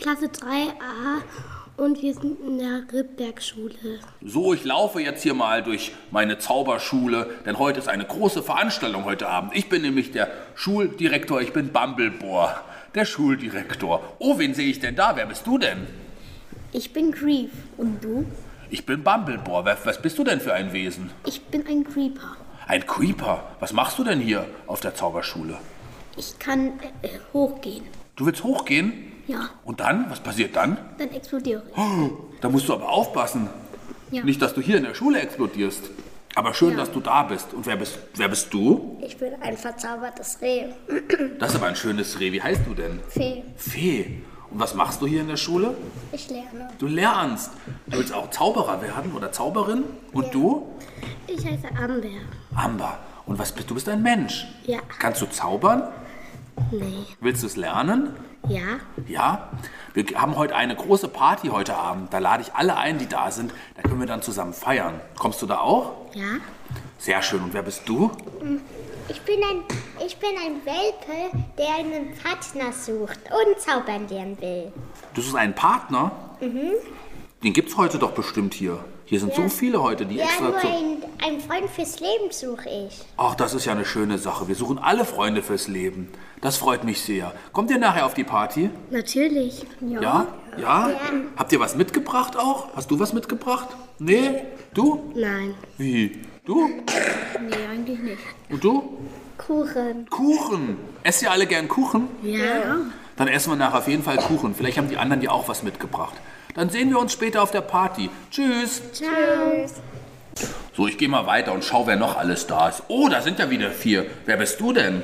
Klasse 3a und wir sind in der Rippberg-Schule. So, ich laufe jetzt hier mal durch meine Zauberschule, denn heute ist eine große Veranstaltung heute Abend. Ich bin nämlich der Schuldirektor, ich bin Bumblebohr, der Schuldirektor. Oh, wen sehe ich denn da? Wer bist du denn? Ich bin Grief. Und du? Ich bin Bumblebohr. Wer- Was bist du denn für ein Wesen? Ich bin ein Creeper. Ein Creeper. Was machst du denn hier auf der Zauberschule? Ich kann äh, äh, hochgehen. Du willst hochgehen? Ja, Und dann? Was passiert dann? dann explodiere ich. Da musst du aber aufpassen. Ja. Nicht, dass du hier in der Schule explodierst. Aber schön, Ja. dass du da bist. Und wer bist, wer bist du? Ich bin ein verzaubertes Reh. Das ist aber ein schönes Reh. Wie heißt du denn? Fee. Fee. Und was machst du hier in der Schule? Ich lerne. Du lernst. Du willst auch Zauberer werden oder Zauberin? Und du? Ich heiße Amber. Amber. Und was bist du? Du bist ein Mensch. Ja. Kannst du zaubern? Nee. Willst du es lernen? Ja? Ja, wir haben heute eine große Party heute Abend. Da lade ich alle ein, die da sind. Da können wir dann zusammen feiern. Kommst du da auch? Ja? Sehr schön. Und wer bist du? Ich bin ein, ich bin ein Welpe, der einen Partner sucht und zaubern lernen will. Du suchst einen Partner? Mhm. Den gibt's heute doch bestimmt hier. Hier sind so viele heute, die Ja, extra nur zu. ein, einen Freund fürs Leben suche ich. Ach, das ist ja eine schöne Sache. Wir suchen alle Freunde fürs Leben. Das freut mich sehr. Kommt ihr nachher auf die Party? Natürlich. Ja? Ja? Habt ihr was mitgebracht auch? Hast du was mitgebracht? Nee? Du? Nein. Wie? Du? Nee, eigentlich nicht. Und du? Kuchen. Kuchen. Esst ihr alle gern Kuchen? Ja? Dann essen wir nachher auf jeden Fall Kuchen. Vielleicht haben die anderen ja auch was mitgebracht. Dann sehen wir uns später auf der Party. Tschüss. Tschüss. So, ich gehe mal weiter und schau, wer noch alles da ist. Oh, da sind ja wieder vier. Wer bist du denn?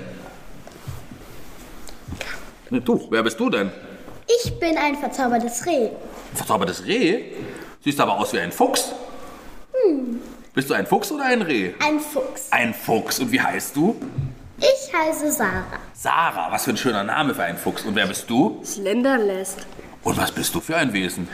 Ne, Du, wer bist du denn? Ich bin ein verzaubertes Reh. Verzaubertes Reh? Siehst aber aus wie ein Fuchs. Hm. Bist du ein Fuchs oder ein Reh? Ein Fuchs. Ein Fuchs. Und wie heißt du? Ich heiße Sarah. Sarah. Was für ein schöner Name für einen Fuchs. Und wer bist du? Slenderlast. Und was bist du für ein Wesen?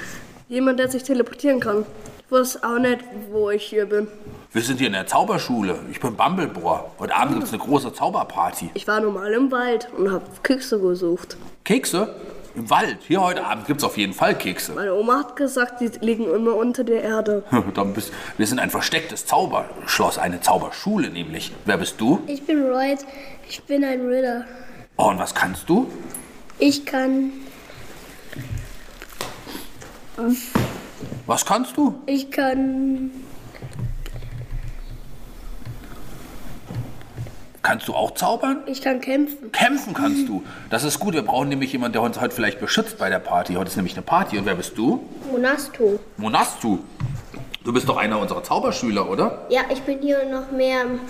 Jemand, der sich teleportieren kann. Ich wusste auch nicht, wo ich hier bin. Wir sind hier in der Zauberschule. Ich bin Bumblebohr. Heute Abend gibt's eine große Zauberparty. Ich war normal im Wald und hab Kekse gesucht. Kekse? Im Wald. Hier heute Abend gibt's auf jeden Fall Kekse. Meine Oma hat gesagt, die liegen immer unter der Erde. Dann bist, wir sind ein verstecktes Zauberschloss, eine Zauberschule nämlich. Wer bist du? Ich bin Royd. Ich bin ein Ritter. Oh, und was kannst du? Ich kann. Was kannst du? Ich kann. Kannst du auch zaubern? Ich kann kämpfen. Kämpfen kannst du. Das ist gut. Wir brauchen nämlich jemanden, der uns heute vielleicht beschützt bei der Party. Heute ist nämlich eine Party. Und wer bist du? Monasto. Monastu. Du bist doch einer unserer Zauberschüler, oder? Ja, ich bin hier noch mehr am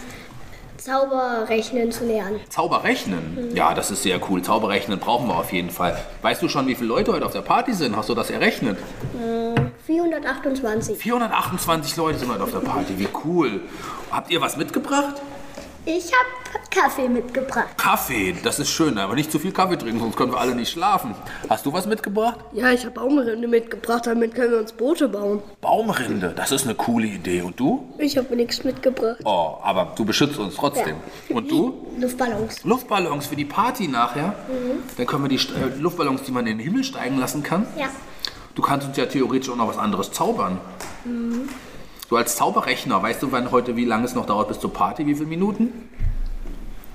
Zauberrechnen zu lernen. Zauberrechnen. Ja, das ist sehr cool. Zauberrechnen brauchen wir auf jeden Fall. Weißt du schon, wie viele Leute heute auf der Party sind? Hast du das errechnet? 428. 428 Leute sind heute auf der Party. Wie cool. Habt ihr was mitgebracht? Ich habe Kaffee mitgebracht. Kaffee, das ist schön, aber nicht zu viel Kaffee trinken, sonst können wir alle nicht schlafen. Hast du was mitgebracht? Ja, ich hab Baumrinde mitgebracht, damit können wir uns Boote bauen. Baumrinde, das ist eine coole Idee. Und du? Ich habe nichts mitgebracht. Oh, aber du beschützt uns trotzdem. Und du? Luftballons. Luftballons für die Party nachher. Dann können wir die St- äh, Luftballons, die man in den Himmel steigen lassen kann. Ja. Du kannst uns ja theoretisch auch noch was anderes zaubern. Du als Zauberrechner, weißt du, wann heute, wie lange es noch dauert bis zur Party? Wie viele Minuten?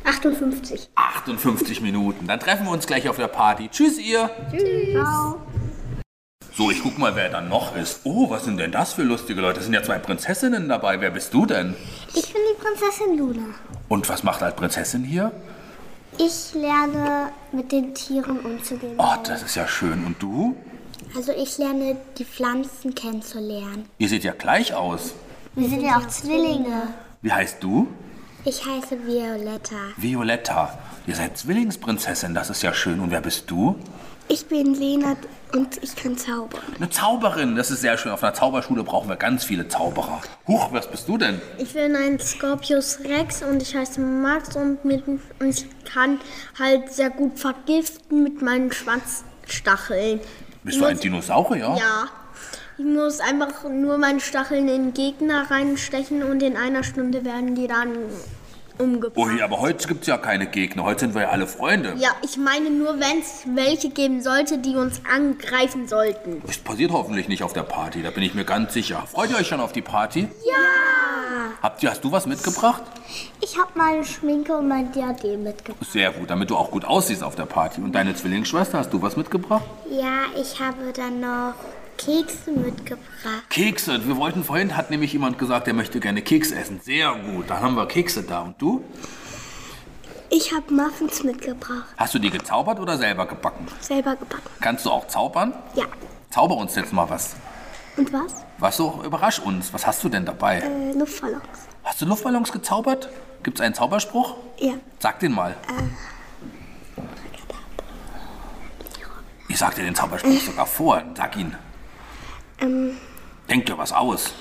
58. 58 Minuten. Dann treffen wir uns gleich auf der Party. Tschüss, ihr! So, ich guck mal, wer dann noch ist. Oh, was sind denn das für lustige Leute? Es sind ja zwei Prinzessinnen dabei. Wer bist du denn? Ich bin die Prinzessin Luna. Und was macht als Prinzessin hier? Ich lerne mit den Tieren umzugehen. Oh, das ist ja schön. Und du? Also ich lerne die Pflanzen kennenzulernen. Ihr seht ja gleich aus. Wir sind ja auch Zwillinge. Wie heißt du? Ich heiße Violetta. Violetta. Ihr seid Zwillingsprinzessin. Das ist ja schön. Und wer bist du? Ich bin Lena und ich kann zaubern. Eine Zauberin. Das ist sehr schön. Auf einer Zauberschule brauchen wir ganz viele Zauberer. Huch, was bist du denn? Ich bin ein Scorpius Rex und ich heiße Max und, mit, und ich kann halt sehr gut vergiften mit meinen Schwanzstacheln. Bist du ein Dinosaurier? Ja. Ich muss einfach nur meine Stacheln in den Gegner reinstechen und in einer Stunde werden die dann umgebracht. Ui, Oh aber heute gibt's ja keine Gegner. Heute sind wir ja alle Freunde. Ja, ich meine nur, wenn es welche geben sollte, die uns angreifen sollten. Das passiert hoffentlich nicht auf der Party, da bin ich mir ganz sicher. Freut ihr euch schon auf die Party? Ja! Habt ihr, hast du was mitgebracht? Ich habe meine Schminke und mein Diadem mitgebracht. Sehr gut, damit du auch gut aussiehst auf der Party. Und deine Zwillingsschwester, hast du was mitgebracht? Ja, ich habe dann noch Kekse mitgebracht. Kekse. Wir wollten vorhin, hat nämlich jemand gesagt, der möchte gerne Kekse essen. Sehr gut, dann haben wir Kekse da. Und du? Ich habe Muffins mitgebracht. Hast du die gezaubert oder selber gebacken? Selber gebacken. Kannst du auch zaubern? Ja. Zauber uns jetzt mal was. Und was? Was so, überrasch uns. Was hast du denn dabei? Äh, Luftballons. Hast du Luftballons gezaubert? Gibt's einen Zauberspruch? Ja. Sag den mal. Ich sag dir den Zauberspruch sogar vor. Sag ihn. Denk dir was aus.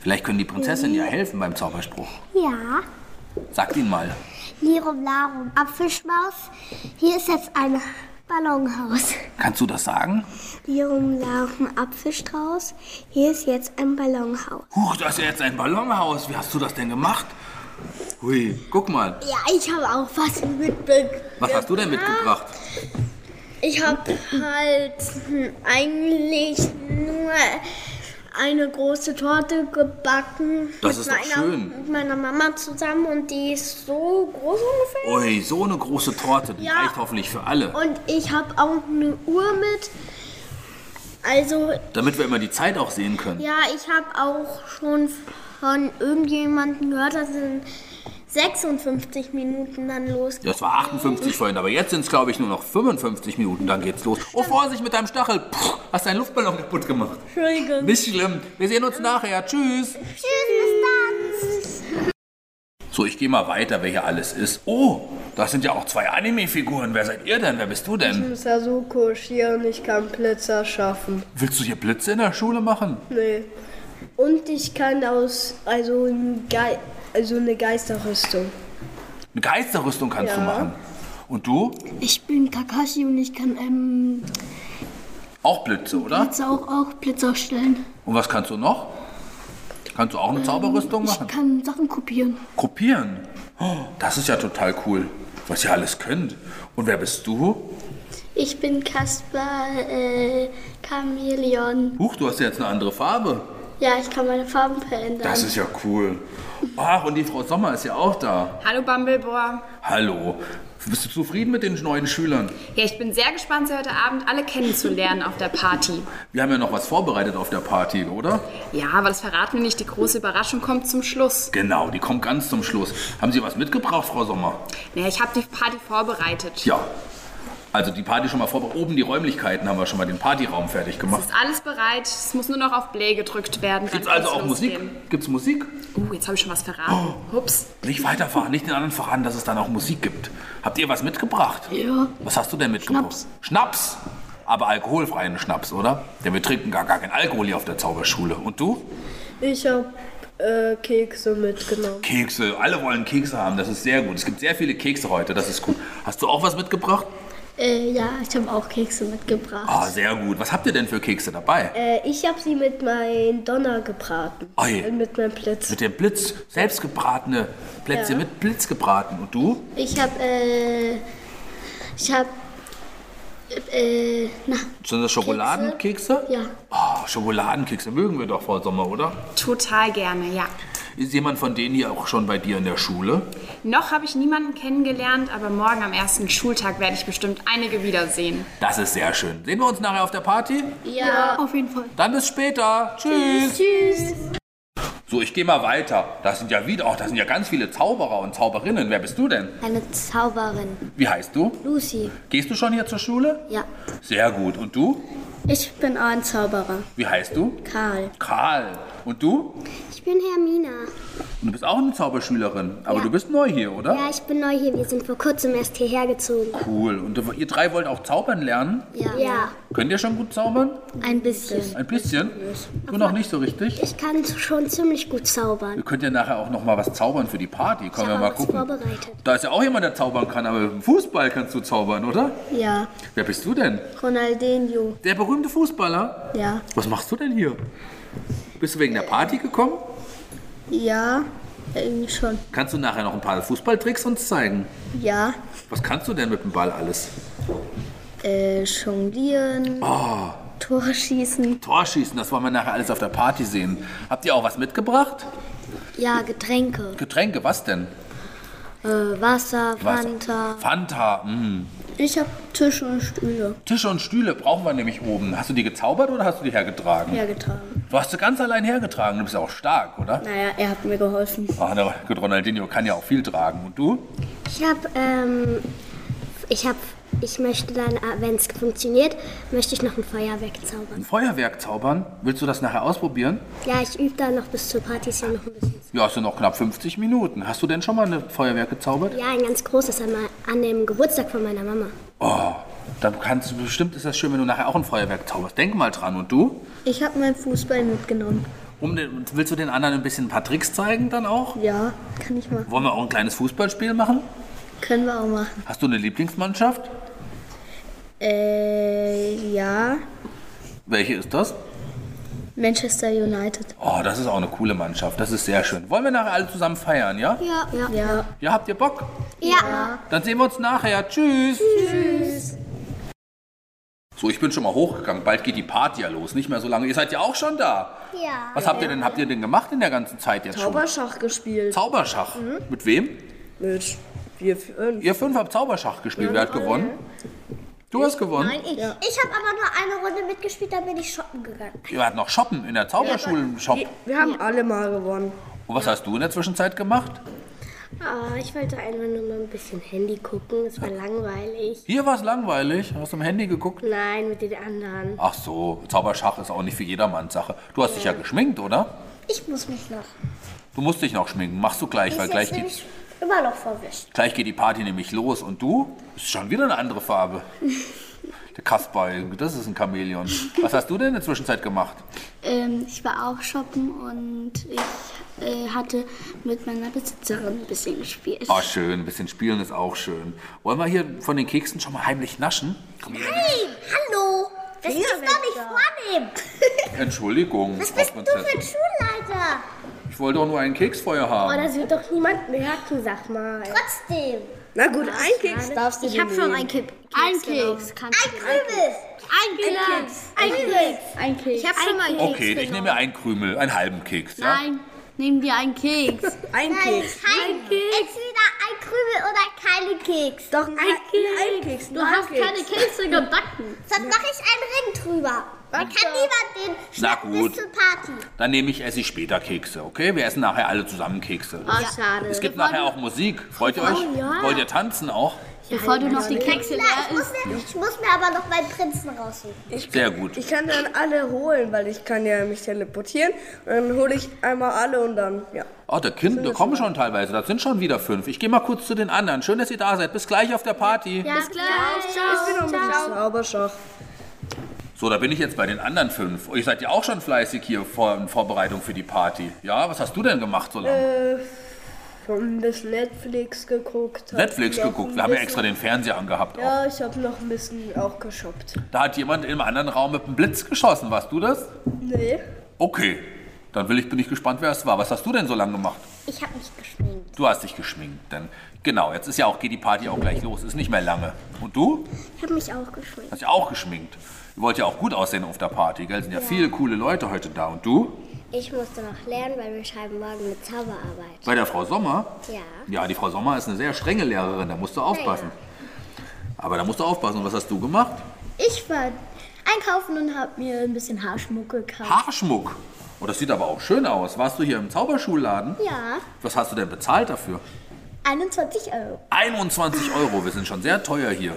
Vielleicht können die Prinzessin dir helfen beim Zauberspruch. Ja. Sagt ihn mal. Lirum Larum, Apfelschmaus. Hier ist jetzt ein Ballonhaus. Kannst du das sagen? Lirum Larum Apfelstrauß. Hier ist jetzt ein Ballonhaus. Huch, da ist ja jetzt ein Ballonhaus. Wie hast du das denn gemacht? Hui, guck mal. Ja, ich habe auch was mitbekommen. Was hast du denn mitgebracht? Ich habe halt hm, eigentlich nur eine große Torte gebacken. Das mit ist doch meiner, schön. Mit meiner Mama zusammen und die ist so groß ungefähr. Ui, so eine große Torte. Die Ja. reicht hoffentlich für alle. Und ich habe auch eine Uhr mit. Also Damit wir immer die Zeit auch sehen können. ja, ich habe auch schon von irgendjemandem gehört, dass in 56 Minuten dann losgeht. Das war 58 vorhin, aber jetzt sind es, glaube ich, nur noch 55 Minuten. Dann geht's los. Oh, Genau. Vorsicht mit deinem Stachel. Puh, hast deinen Luftballon kaputt gemacht. Entschuldigung. Nicht schlimm. Wir sehen uns nachher. Tschüss. Tschüss, bis dann. So, ich gehe mal weiter, wer hier alles ist. Oh, das sind ja auch zwei Anime-Figuren. Wer seid ihr denn? Wer bist du denn? Ist Sasuko hier und ich kann Blitzer schaffen. Willst du hier Blitze in der Schule machen? Nee. Und ich kann aus, also, ein Gei- also eine Geisterrüstung. Eine Geisterrüstung kannst du machen. Und du? Ich bin Kakashi und ich kann ähm, Auch Blitze, oder? Blitze auch, auch Blitze ausstellen. Und was kannst du noch? Kannst du auch eine Zauberrüstung machen? Ähm, Ich kann Sachen kopieren. Kopieren. Oh, das ist ja total cool, was ihr alles könnt. Und wer bist du? Ich bin Kaspar äh, Chamäleon. Huch, du hast ja jetzt eine andere Farbe. Ja, ich kann meine Farben verändern. Das ist ja cool. Ach, und die Frau Sommer ist ja auch da. Hallo Bumbleboar. Hallo. Bist du zufrieden mit den neuen Schülern? Ja, ich bin sehr gespannt, Sie heute Abend alle kennenzulernen auf der Party. Wir haben ja noch was vorbereitet auf der Party, oder? Ja, aber das verraten wir nicht. Die große Überraschung kommt zum Schluss. Genau, die kommt ganz zum Schluss. Haben Sie was mitgebracht, Frau Sommer? Naja, ich habe die Party vorbereitet. Ja. Also die Party schon mal vorbereitet. Oben die Räumlichkeiten haben wir schon mal den Partyraum fertig Es gemacht. ist alles bereit. Es muss nur noch auf Play gedrückt werden. Dann Gibt's also kann's auch Musik? losgehen. Gibt's Musik? Uh, jetzt habe ich schon was verraten. Ups. Nicht weiterfahren, nicht den anderen voran, dass es dann auch Musik gibt. Habt ihr was mitgebracht? Ja. Was hast du denn mitgebracht? Schnaps. Schnaps? Aber alkoholfreien Schnaps, oder? Denn wir trinken gar, gar keinen Alkohol hier auf der Zauberschule. Und du? Ich habe äh, Kekse mitgenommen. Kekse. Alle wollen Kekse haben, das ist sehr gut. Es gibt sehr viele Kekse heute, das ist gut. Hast du auch was mitgebracht? äh, ja, ich habe auch Kekse mitgebracht. Ah, sehr gut. Was habt ihr denn für Kekse dabei? Äh, ich habe sie mit meinem Donner gebraten. Oi. Äh, Mit meinem Blitz. Mit dem Blitz, selbstgebratene Plätzchen mit Blitz gebraten. Und du? Ich habe äh, ich habe äh, na, Sind das Schokoladenkekse? Ja. Oh, Schokoladenkekse mögen wir doch, Frau Sommer, oder? Total gerne, ja. Ist jemand von denen hier auch schon bei dir in der Schule? Noch habe ich niemanden kennengelernt, aber morgen am ersten Schultag werde ich bestimmt einige wiedersehen. Das ist sehr schön. Sehen wir uns nachher auf der Party? auf jeden Fall. Dann bis später. Tschüss. Tschüss. So, ich gehe mal weiter. Das sind ja wieder, auch das sind ja ganz viele Zauberer und Zauberinnen. Wer bist du denn? Eine Zauberin, Wie heißt du? Lucy. Gehst du schon hier zur Schule? Ja. Sehr gut. Und du? Ich bin auch ein Zauberer. Wie heißt du? Karl. Karl. Und du? Ich bin Hermina. Und du bist auch eine Zauberschülerin, aber du bist neu hier, oder? Ja, ich bin neu hier. Wir sind vor kurzem erst hierher gezogen. Cool. Und ihr drei wollt auch zaubern lernen? Ja. Könnt ihr schon gut zaubern? Ein bisschen. Ein bisschen? Du noch nicht so richtig? Ich kann schon ziemlich gut zaubern. Ihr könnt ja nachher auch noch mal was zaubern für die Party. Können wir hab mal was gucken. vorbereitet. Da ist ja auch jemand, der zaubern kann, aber mit dem Fußball kannst du zaubern, oder? Ja. Wer bist du denn? Ronaldinho. Der berühmte Fußballer? Ja. Was machst du denn hier? Bist du wegen der Party gekommen? Ja. Irgendwie schon. Kannst du nachher noch ein paar Fußballtricks uns zeigen? Ja. Was kannst du denn mit dem Ball alles? Äh, jonglieren. Tore schießen. Torschießen, das wollen wir nachher alles auf der Party sehen. Habt ihr auch was mitgebracht? Ja, Getränke. Getränke, was denn? Äh, Wasser, Was? Fanta. Fanta. mm. Ich hab Tische und Stühle. Tische und Stühle brauchen wir nämlich oben. Hast du die gezaubert oder hast du die hergetragen? Hergetragen. Du hast sie ganz allein hergetragen. Du bist ja auch stark, oder? Naja, er hat mir geholfen. Ach, na gut, Ronaldinho kann ja auch viel tragen. Und du? Ich habe, ähm, ich habe, ich möchte dann, wenn es funktioniert, möchte ich noch ein Feuerwerk zaubern. Ein Feuerwerk zaubern? Willst du das nachher ausprobieren? Ja, ich übe da noch bis zur Party ist ja noch ein bisschen. Ja, es sind noch knapp 50 Minuten. Hast du denn schon mal ein Feuerwerk gezaubert? Ja, ein ganz großes einmal an dem Geburtstag von meiner Mama. Oh, dann kannst du bestimmt ist das schön, wenn du nachher auch ein Feuerwerk zauberst. Denk mal dran. Und du? Ich hab meinen Fußball mitgenommen. Um den, willst du den anderen ein bisschen ein paar Tricks zeigen dann auch? Ja, kann ich mal. Wollen wir auch ein kleines Fußballspiel machen? Können wir auch machen. Hast du eine Lieblingsmannschaft? Äh, ja. Welche ist das? Manchester United. Oh, das ist auch eine coole Mannschaft. Das ist sehr schön. Wollen wir nachher alle zusammen feiern, ja? Ja, ja. Ja. Ja, habt ihr Bock? Ja. Dann sehen wir uns nachher. Tschüss. Tschüss. So, ich bin schon mal hochgegangen. Bald geht die Party ja los. Nicht mehr so lange. Ihr seid ja auch schon da. Ja. Was habt ihr denn, habt ihr denn gemacht in der ganzen Zeit jetzt Zauberschach gespielt. schon? Zauberschach. Mit wem? Mit vier, fünf. Ihr fünf habt Zauberschach gespielt. Wer hat gewonnen? Du hast gewonnen. Ich, ich habe aber nur eine Runde mitgespielt, dann bin ich shoppen gegangen. Ihr wart noch shoppen in der Zauberschule im Shop. Wir haben alle mal gewonnen. Und was hast du in der Zwischenzeit gemacht? Ah, ich wollte einfach nur mal ein bisschen Handy gucken, es war langweilig. Hier war es langweilig. Hast du am Handy geguckt? Nein, mit den anderen. Ach so, Zauberschach ist auch nicht für jedermanns Sache. Du hast dich ja geschminkt, oder? Ich muss mich noch. Du musst dich noch schminken. Machst du gleich, weil gleich geht, immer noch verwischt. gleich geht die Party nämlich los. Und du? Ist schon wieder eine andere Farbe. Der Kasper, das ist ein Chamäleon. Was hast du denn in der Zwischenzeit gemacht? Ähm, ich war auch shoppen und ich äh, hatte mit meiner Besitzerin ein bisschen gespielt. Oh, schön. Ein bisschen spielen ist auch schön. Wollen wir hier von den Keksen schon mal heimlich naschen? Komm her. Hallo! Das ist doch nicht vornehm! Entschuldigung, Was Frau bist du für ein Prinzessin. Schulleiter? Oh, Ich wollte doch nur einen Keksfeuer haben. Das wird doch niemand merken, sag mal. Trotzdem! Na gut, ein Keks darfst du dir nehmen. ein Keks. Ein Keks. Ein Ein Kürbis! Ein Keks. Ein Keks. Ein Keks. Ich habe schon mal einen Keks. Okay, ich nehme mir einen Krümel, einen halben Keks. Ja? Nein, nehmen wir einen Keks. Ein Kein, Keks. kein Keks. Entweder ein Krümel oder keine Keks. Doch, ein, ein Keks. Du hast keine Kekse gebacken. Sonst mache ich einen Ring drüber. Dann kann niemand den Na schnappen gut, bis zur Party. dann nehme ich, esse ich später Kekse, okay? Wir essen nachher alle zusammen Kekse. Ah, schade. Es gibt nachher auch Musik. Freut Oh, ihr euch? Wollt ihr tanzen auch? Bevor du noch die Kekse Na, ich leer muss, mir, ich muss mir aber noch meinen Prinzen raussuchen. Sehr gut. Ich kann dann alle holen, weil ich kann ja mich teleportieren. Und dann hole ich einmal alle und dann, ja. Oh, der Kind, da kommen schon teilweise. Das sind schon wieder fünf. Ich gehe mal kurz zu den anderen. Schön, dass ihr da seid. Bis gleich auf der Party. ist. Gleich. Ich bin noch mit dem Zauberschach. So, da bin ich jetzt bei den anderen fünf. Oh, Ihr seid ja auch schon fleißig hier vor, in Vorbereitung für die Party. Ja, was hast du denn gemacht so Äh, lange? Schon ein bisschen Netflix geguckt. hab Netflix noch geguckt. ein Wir haben ja bisschen- extra den Fernseher angehabt. Auch. Ja, ich habe noch ein bisschen auch geshoppt. Da hat jemand im anderen Raum mit einem Blitz geschossen. Warst du das? Nee. Okay, dann will ich, bin ich gespannt, wer es war. Was hast du denn so lange gemacht? Ich habe mich geschminkt. Du hast dich geschminkt, denn genau, jetzt ist ja auch, geht die Party auch gleich los, ist nicht mehr lange. Und du? Ich habe mich auch geschminkt. Hast ja auch geschminkt. Ihr wollt ja auch gut aussehen auf der Party, gell? Sind ja, viele coole Leute heute da. Und du? Ich musste noch lernen, weil wir schreiben morgen eine Zauberarbeit. Bei der Frau Sommer? Ja. Ja, die Frau Sommer ist eine sehr strenge Lehrerin, da musst du aufpassen. Aber da musst du aufpassen. Und was hast du gemacht? Ich war einkaufen und habe mir ein bisschen Haarschmuck gekauft. Haarschmuck. Oh, das sieht aber auch schön aus. Warst du hier im Zauberschulladen? Ja, Was hast du denn bezahlt dafür? 21 Euro. 21 Euro, wir sind schon sehr teuer hier.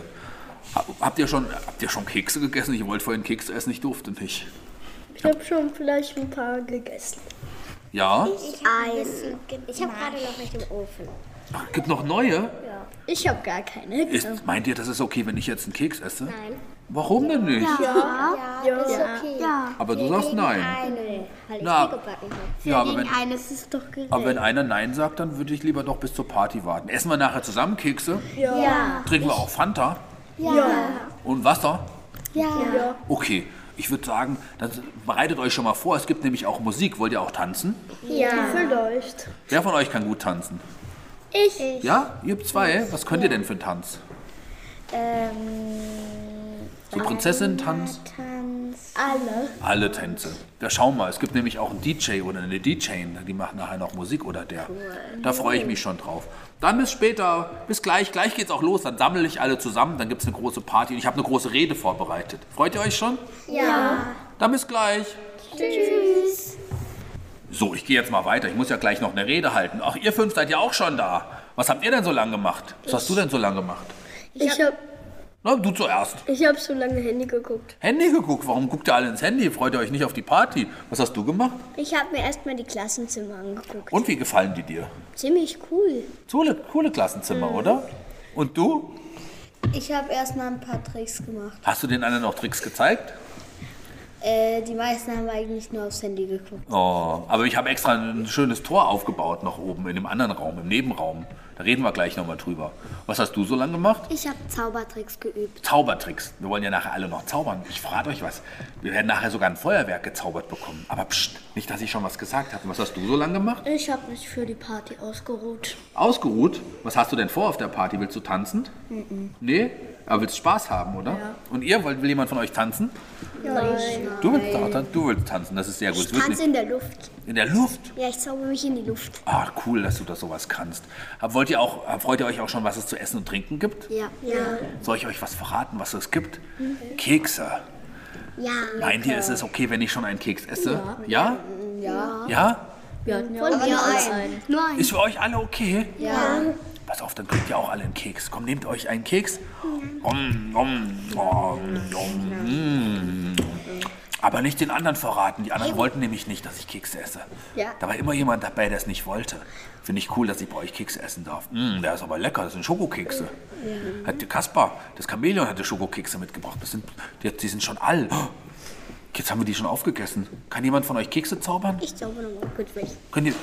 Ha- Habt ihr schon, habt ihr schon Kekse gegessen? Ich wollte vorhin Kekse essen, ich durfte nicht. Ich habe schon vielleicht ein paar gegessen. Ja? Eis. Ich habe gerade noch welche im Ofen. Ach, Gibt noch neue? Ich habe gar keine. Ist, meint ihr, das ist okay, wenn ich jetzt einen Keks esse? Nein. Warum denn nicht? Ja, ja. ist okay. Ja. Aber du sagst nein. Eine, weil ich Na. die gebacken habe. Ja, aber wenn, Eines ist doch gerecht. aber wenn einer Nein sagt, dann würde ich lieber doch bis zur Party warten. Essen wir nachher zusammen Kekse? Ja. Trinken wir auch Fanta? Ja. Und Wasser? Ja. Okay, Ich würde sagen, dann bereitet euch schon mal vor. Es gibt nämlich auch Musik. Wollt ihr auch tanzen? Vielleicht. Wer von euch kann gut tanzen? Ich. Ja? Ihr habt zwei? Was könnt ihr denn für einen Tanz? ähm, So Prinzessin-Tanz? Tanz. Alle Tänze. Da schauen wir mal. Es gibt nämlich auch einen DJ oder eine DJ, die macht nachher noch Musik oder der. Da freue ich mich schon drauf. Dann bis später, bis gleich. Gleich geht's auch los. Dann sammle ich alle zusammen. Dann gibt's eine große Party und ich habe eine große Rede vorbereitet. Freut ihr euch schon? Ja. Dann bis gleich. Tschüss. So, ich gehe jetzt mal weiter. Ich muss ja gleich noch eine Rede halten. Ach, ihr fünf seid ja auch schon da. Was habt ihr denn so lange gemacht? Was hast du denn so lange gemacht? Ich habe Na, du zuerst. ich hab so lange Handy geguckt. Handy geguckt. Warum guckt ihr alle ins Handy? Freut ihr euch nicht auf die Party? Was hast du gemacht? Ich habe mir erstmal die Klassenzimmer angeguckt. Und wie gefallen die dir? Ziemlich cool. Coole, coole Klassenzimmer, Mhm. oder? Und du? Ich habe erstmal ein paar Tricks gemacht. Hast du den anderen noch Tricks gezeigt? Äh, die meisten haben eigentlich nur aufs Handy geguckt. Oh, aber ich habe extra ein schönes Tor aufgebaut noch oben in dem anderen Raum, im Nebenraum. Da reden wir gleich nochmal drüber. Was hast du so lange gemacht? Ich habe Zaubertricks geübt. Zaubertricks. Wir wollen ja nachher alle noch zaubern. Ich verrate euch was. Wir werden nachher sogar ein Feuerwerk gezaubert bekommen. Aber pst, nicht, dass ich schon was gesagt habe. Was hast du so lange gemacht? Ich habe mich für die Party ausgeruht. Ausgeruht. Was hast du denn vor auf der Party? Willst du tanzen? Nee? Aber willst Spaß haben, oder? Ja. Und ihr, wollt, will jemand von euch tanzen? Nein. Du willst auch tanzen? Du willst tanzen, das ist sehr gut. Es wird Tanze nicht- in der Luft. In der Luft? Ja, ich zauber mich in die Luft. Ah, cool, dass du das sowas kannst. Hab- Wollt ihr auch, hab- freut ihr euch auch schon, was es zu essen und trinken gibt? Ja. Soll ich euch was verraten, was es gibt? Kekse. Ja. Meint ihr, ist es okay, wenn ich schon einen Keks esse? Ja? Ja? Ja? Nur ein Ist für euch alle okay? Ja. Pass auf, dann kriegt ihr auch alle einen Keks. Komm, nehmt euch einen Keks. Om, om, om, om, mm. Aber nicht den anderen verraten. Die anderen wollten nämlich nicht, dass ich Kekse esse. Da war immer jemand dabei, der es nicht wollte. Finde ich cool, dass ich bei euch Kekse essen darf. Mm, der ist aber lecker, das sind Schokokekse. Hatte Kaspar, das Chamäleon hatte Schokokekse mitgebracht. Das sind, die, die sind schon all. Jetzt haben wir die schon aufgegessen. Kann jemand von euch Kekse zaubern? Ich zauber nochmal kurz weg. Könnt ihr.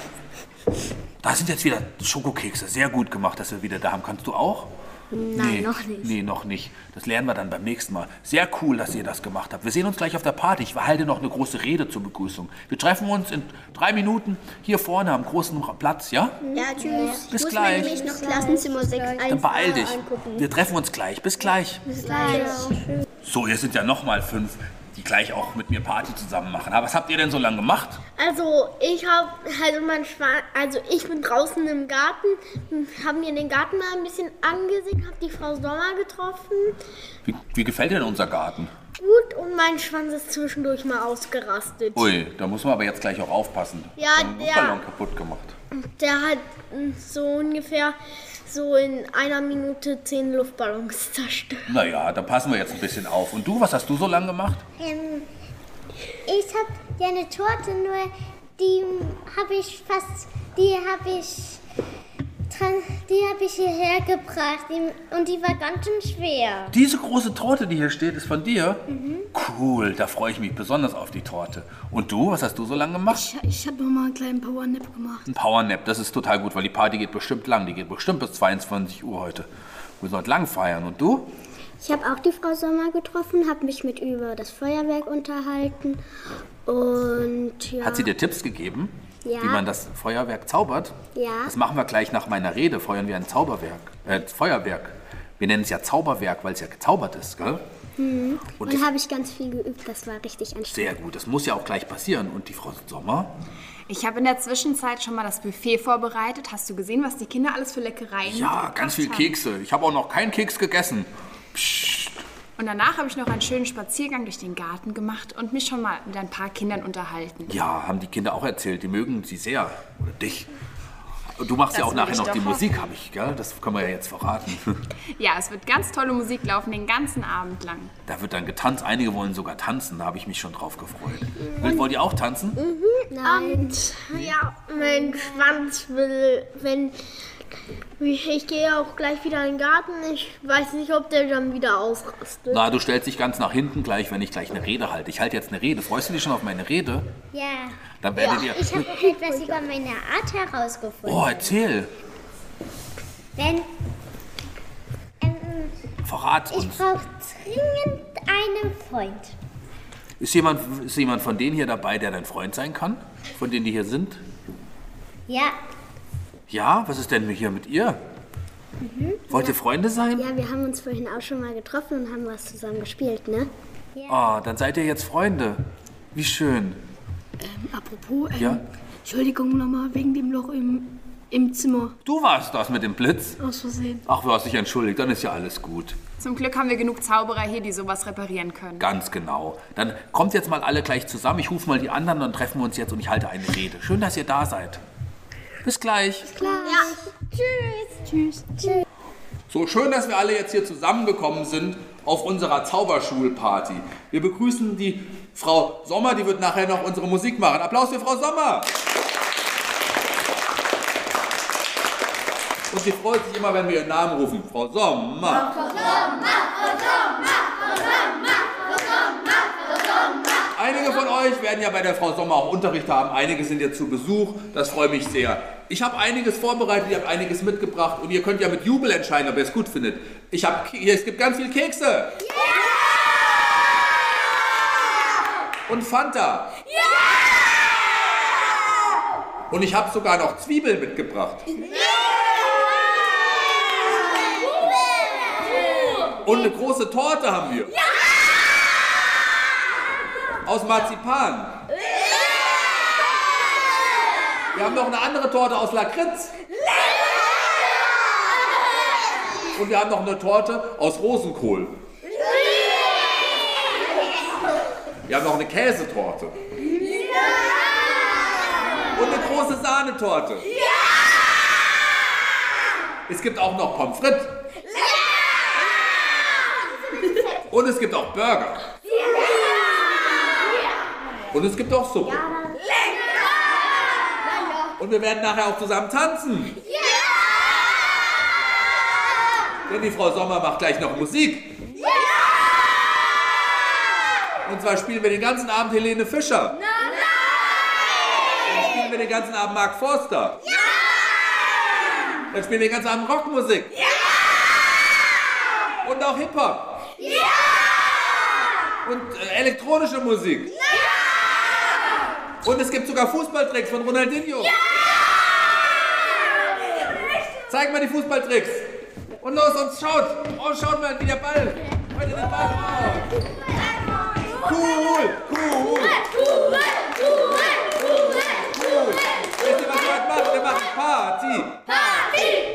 Da sind jetzt wieder Schokokekse. Sehr gut gemacht, dass wir wieder da haben. Kannst du auch? Nein, noch nicht. Nee, noch nicht. Das lernen wir dann beim nächsten Mal. Sehr cool, dass ihr das gemacht habt. Wir sehen uns gleich auf der Party. Ich halte noch eine große Rede zur Begrüßung. Wir treffen uns in drei Minuten hier vorne am großen Platz, ja? Ja, tschüss. Ich Bis muss mir gleich. nämlich noch Klassenzimmer 6 Dann beeil dich. angucken. Wir treffen uns gleich. Bis gleich. Bis gleich. So, ihr sind ja nochmal fünf, die gleich auch mit mir Party zusammen machen. Aber was habt ihr denn so lange gemacht? Also ich habe halt immer Schwan also ich bin draußen im Garten, habe mir den Garten mal ein bisschen angesehen, habe die Frau Sommer getroffen, Wie, wie gefällt dir denn unser Garten? gut und mein Schwanz ist zwischendurch mal ausgerastet. Ui, da muss man aber jetzt gleich auch aufpassen. Ja, Dann wird ja. Luftballon kaputt gemacht. Der hat mm, so ungefähr so in einer Minute zehn Luftballons zerstört. Naja, da passen wir jetzt ein bisschen auf. Und du, was hast du so lange gemacht? Ähm, ich habe ja eine Torte, nur die habe ich fast, die habe ich, tran- die habe ich hierher gebracht die, und die war ganz schön schwer. Diese große Torte, die hier steht, ist von dir? Mhm. Cool, da freue ich mich besonders auf die Torte. Und du, was hast du so lange gemacht? Ich, ich habe nochmal einen kleinen Powernap gemacht. Ein Powernap, das ist total gut, weil die Party geht bestimmt lang. Die geht bestimmt bis 22 Uhr heute. Wir sollen lang feiern. Und du? Ich habe auch die Frau Sommer getroffen, habe mich mit über das Feuerwerk unterhalten und ja. Hat sie dir Tipps gegeben, Ja. wie man das Feuerwerk zaubert? Ja. Das machen wir gleich nach meiner Rede. Feuern wir ein Zauberwerk. Äh, Feuerwerk. Wir nennen es ja Zauberwerk, weil es ja gezaubert ist, gell? Und ich, habe ich ganz viel geübt, das war richtig anstrengend. sehr gut, das muss ja auch gleich passieren. Und die Frau Sommer? Ich habe in der Zwischenzeit schon mal das Buffet vorbereitet. Hast du gesehen, was die Kinder alles für Leckereien Ja, mitgebracht ganz viel haben? Kekse. Ich habe auch noch keinen Keks gegessen. Und danach habe ich noch einen schönen Spaziergang durch den Garten gemacht und mich schon mal mit ein paar Kindern unterhalten. Ja, haben die Kinder auch erzählt. Die mögen sie sehr. Oder dich. Du machst ja Das auch will nachher ich noch doch die hoffen. Musik, habe ich, gell? Das können wir ja jetzt verraten. Ja, es wird ganz tolle Musik laufen den ganzen Abend lang. Da wird dann getanzt. Einige wollen sogar tanzen. Da habe ich mich schon drauf gefreut. Wollt ihr auch tanzen? Und ja, mein Schwanz will, wenn ich gehe auch gleich wieder in den Garten. Ich weiß nicht, ob der dann wieder ausrastet. Na, du stellst dich ganz nach hinten gleich, wenn ich gleich eine Rede halte. Ich halte jetzt eine Rede. Freust du dich schon auf meine Rede? Ja. Dann werdet ihr. Ich habe auch etwas über meine Art herausgefunden. Oh, erzähl. Wenn ähm, Verrat ich uns. brauche dringend einen Freund. Ist jemand, ist jemand von denen hier dabei, der dein Freund sein kann? Von denen, die hier sind? Ja, Ja, was ist denn hier mit ihr? Mhm, Wollt ihr Freunde sein? Ja, wir haben uns vorhin auch schon mal getroffen und haben was zusammen gespielt, ne? Ah, dann seid ihr jetzt Freunde. Wie schön. Apropos, ähm, Ja? Entschuldigung nochmal wegen dem Loch im, im Zimmer. Du warst das mit dem Blitz. Aus Versehen. Ach, du hast dich entschuldigt, dann ist ja alles gut. Zum Glück haben wir genug Zauberer hier, die sowas reparieren können. Ganz genau. Dann kommt jetzt mal alle gleich zusammen. Ich rufe mal die anderen, dann treffen wir uns jetzt und ich halte eine Rede. Schön, dass ihr da seid. Bis gleich. Tschüss. So schön, dass wir alle jetzt hier zusammengekommen sind auf unserer Zauberschulparty. Wir begrüßen die Frau Sommer, die wird nachher noch unsere Musik machen. Applaus für Frau Sommer! Und sie freut sich immer, wenn wir ihren Namen rufen. Frau Sommer! Frau Sommer! Frau Sommer! Frau Sommer! Frau Sommer! Einige von euch werden ja bei der Frau Sommer auch Unterricht haben. Einige sind jetzt zu Besuch. Das freut mich sehr. Ich habe einiges vorbereitet, ihr habt einiges mitgebracht und ihr könnt ja mit Jubel entscheiden, ob ihr es gut findet. Ich habe, Ke- hier, es gibt ganz viel Kekse. Und Fanta. Und ich habe sogar noch Zwiebeln mitgebracht. Und eine große Torte haben wir. Aus Marzipan. Wir haben noch eine andere Torte aus Lakritz. Und wir haben noch eine Torte aus Rosenkohl. Wir haben noch eine Käsetorte. Und eine große Sahnetorte. Es gibt auch noch Pommes frites. Und es gibt auch Burger. Und es gibt auch Suppe. Und wir werden nachher auch zusammen tanzen. Denn die Frau Sommer macht gleich noch Musik. Und zwar spielen wir den ganzen Abend Helene Fischer. Dann spielen wir den ganzen Abend Mark Forster. Dann spielen wir den ganzen Abend Rockmusik. Und auch Hip-Hop. Und äh, elektronische Musik. Und es gibt sogar Fußballtricks von Ronaldinho. Zeig mal die Fußballtricks. Und los, und schaut. Oh, schaut mal, wie der Ball. Heute den Ball raus. Cool, cool, cool. Wisst ihr, was wir heute machen? Wir machen Party.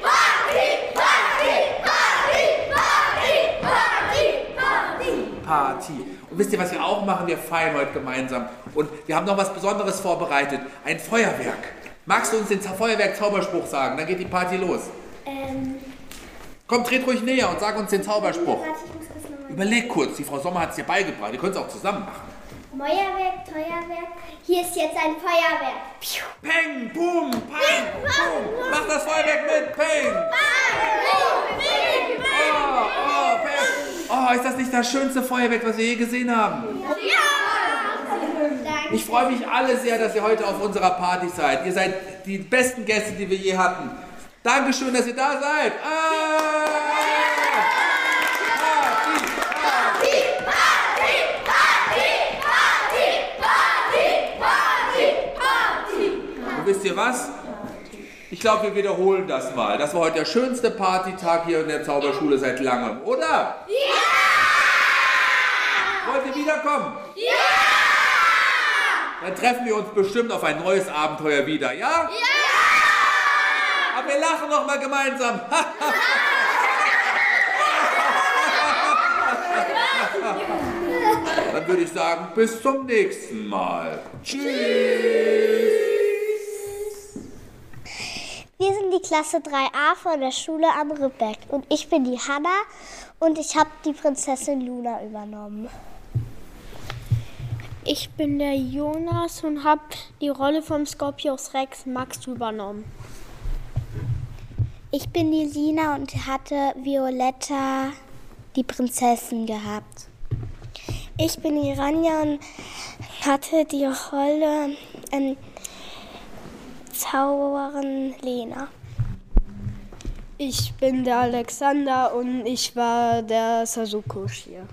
Party. Und wisst ihr, was wir auch machen? Wir feiern heute gemeinsam. Und wir haben noch was Besonderes vorbereitet. Ein Feuerwerk. Magst du uns den Za- Feuerwerk-Zauberspruch sagen? Dann geht die Party los. Ähm, Komm, dreht ruhig näher und sag uns den Zauberspruch. Also Überleg kurz, die Frau Sommer hat es dir beigebracht. Ihr könnt es auch zusammen machen. Feuerwerk, Feuerwerk. Hier ist jetzt ein Feuerwerk. Piu. Peng, boom, peng, boom. Mach das Feuerwerk mit. Peng. Oh, oh, peng. Oh, ist das nicht das schönste Feuerwerk, was wir je gesehen haben? Danke. Ich freue mich alle sehr, dass ihr heute auf unserer Party seid. Ihr seid die besten Gäste, die wir je hatten. Dankeschön, dass ihr da seid. Ah! Und wisst ihr was? Ich glaube, wir wiederholen das mal. Das war heute der schönste Partytag hier in der Zauberschule seit langem, oder? Ja! Wollt ihr wiederkommen? Dann treffen wir uns bestimmt auf ein neues Abenteuer wieder, ja? Ja! Aber wir lachen noch mal gemeinsam. Dann würde ich sagen, bis zum nächsten Mal. Wir sind die Klasse 3a von der Schule am Ribbeck und ich bin die Hanna und ich habe die Prinzessin Luna übernommen. Ich bin der Jonas und habe die Rolle vom Scorpius Rex Max übernommen. Ich bin die Lina und hatte Violetta die Prinzessin gehabt. Ich bin die Ranja und hatte die Rolle ähm, Zauberin Lena. Ich bin der Alexander und ich war der Sasuke hier.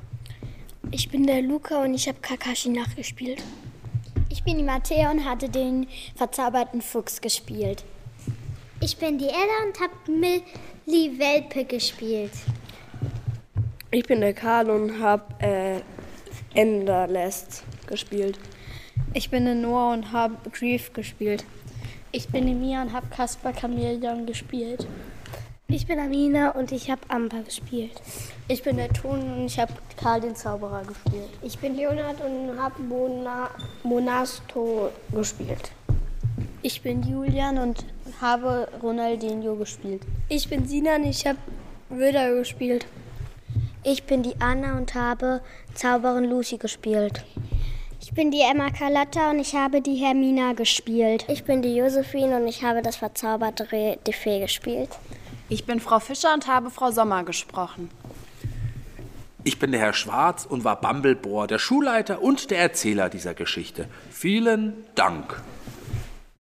Ich bin der Luca und ich habe Kakashi nachgespielt. Ich bin die Mattea und hatte den verzauberten Fuchs gespielt. Ich bin die Ella und habe Millie Welpe gespielt. Ich bin der Karl und habe äh, Enderlast gespielt. Ich bin der Noah und habe Grief gespielt. Ich bin die Mia und habe Kasper Chameleon gespielt. Ich bin Amina und ich habe Amber gespielt. Ich bin der Ton und ich habe Karl den Zauberer gespielt. Ich bin Leonard und habe Mona, Monasto gespielt. Ich bin Julian und habe Ronaldinho gespielt. Ich bin Sinan, ich habe Röder gespielt. Ich bin die Anna und habe Zauberin Lucy gespielt. Ich bin die Emma Carlotta und ich habe die Hermina gespielt. Ich bin die Josephine und ich habe das verzauberte Defee gespielt. Ich bin Frau Fischer und habe Frau Sommer gesprochen. Ich bin der Herr Schwarz und war Bumblebore, der Schulleiter und der Erzähler dieser Geschichte. Vielen Dank.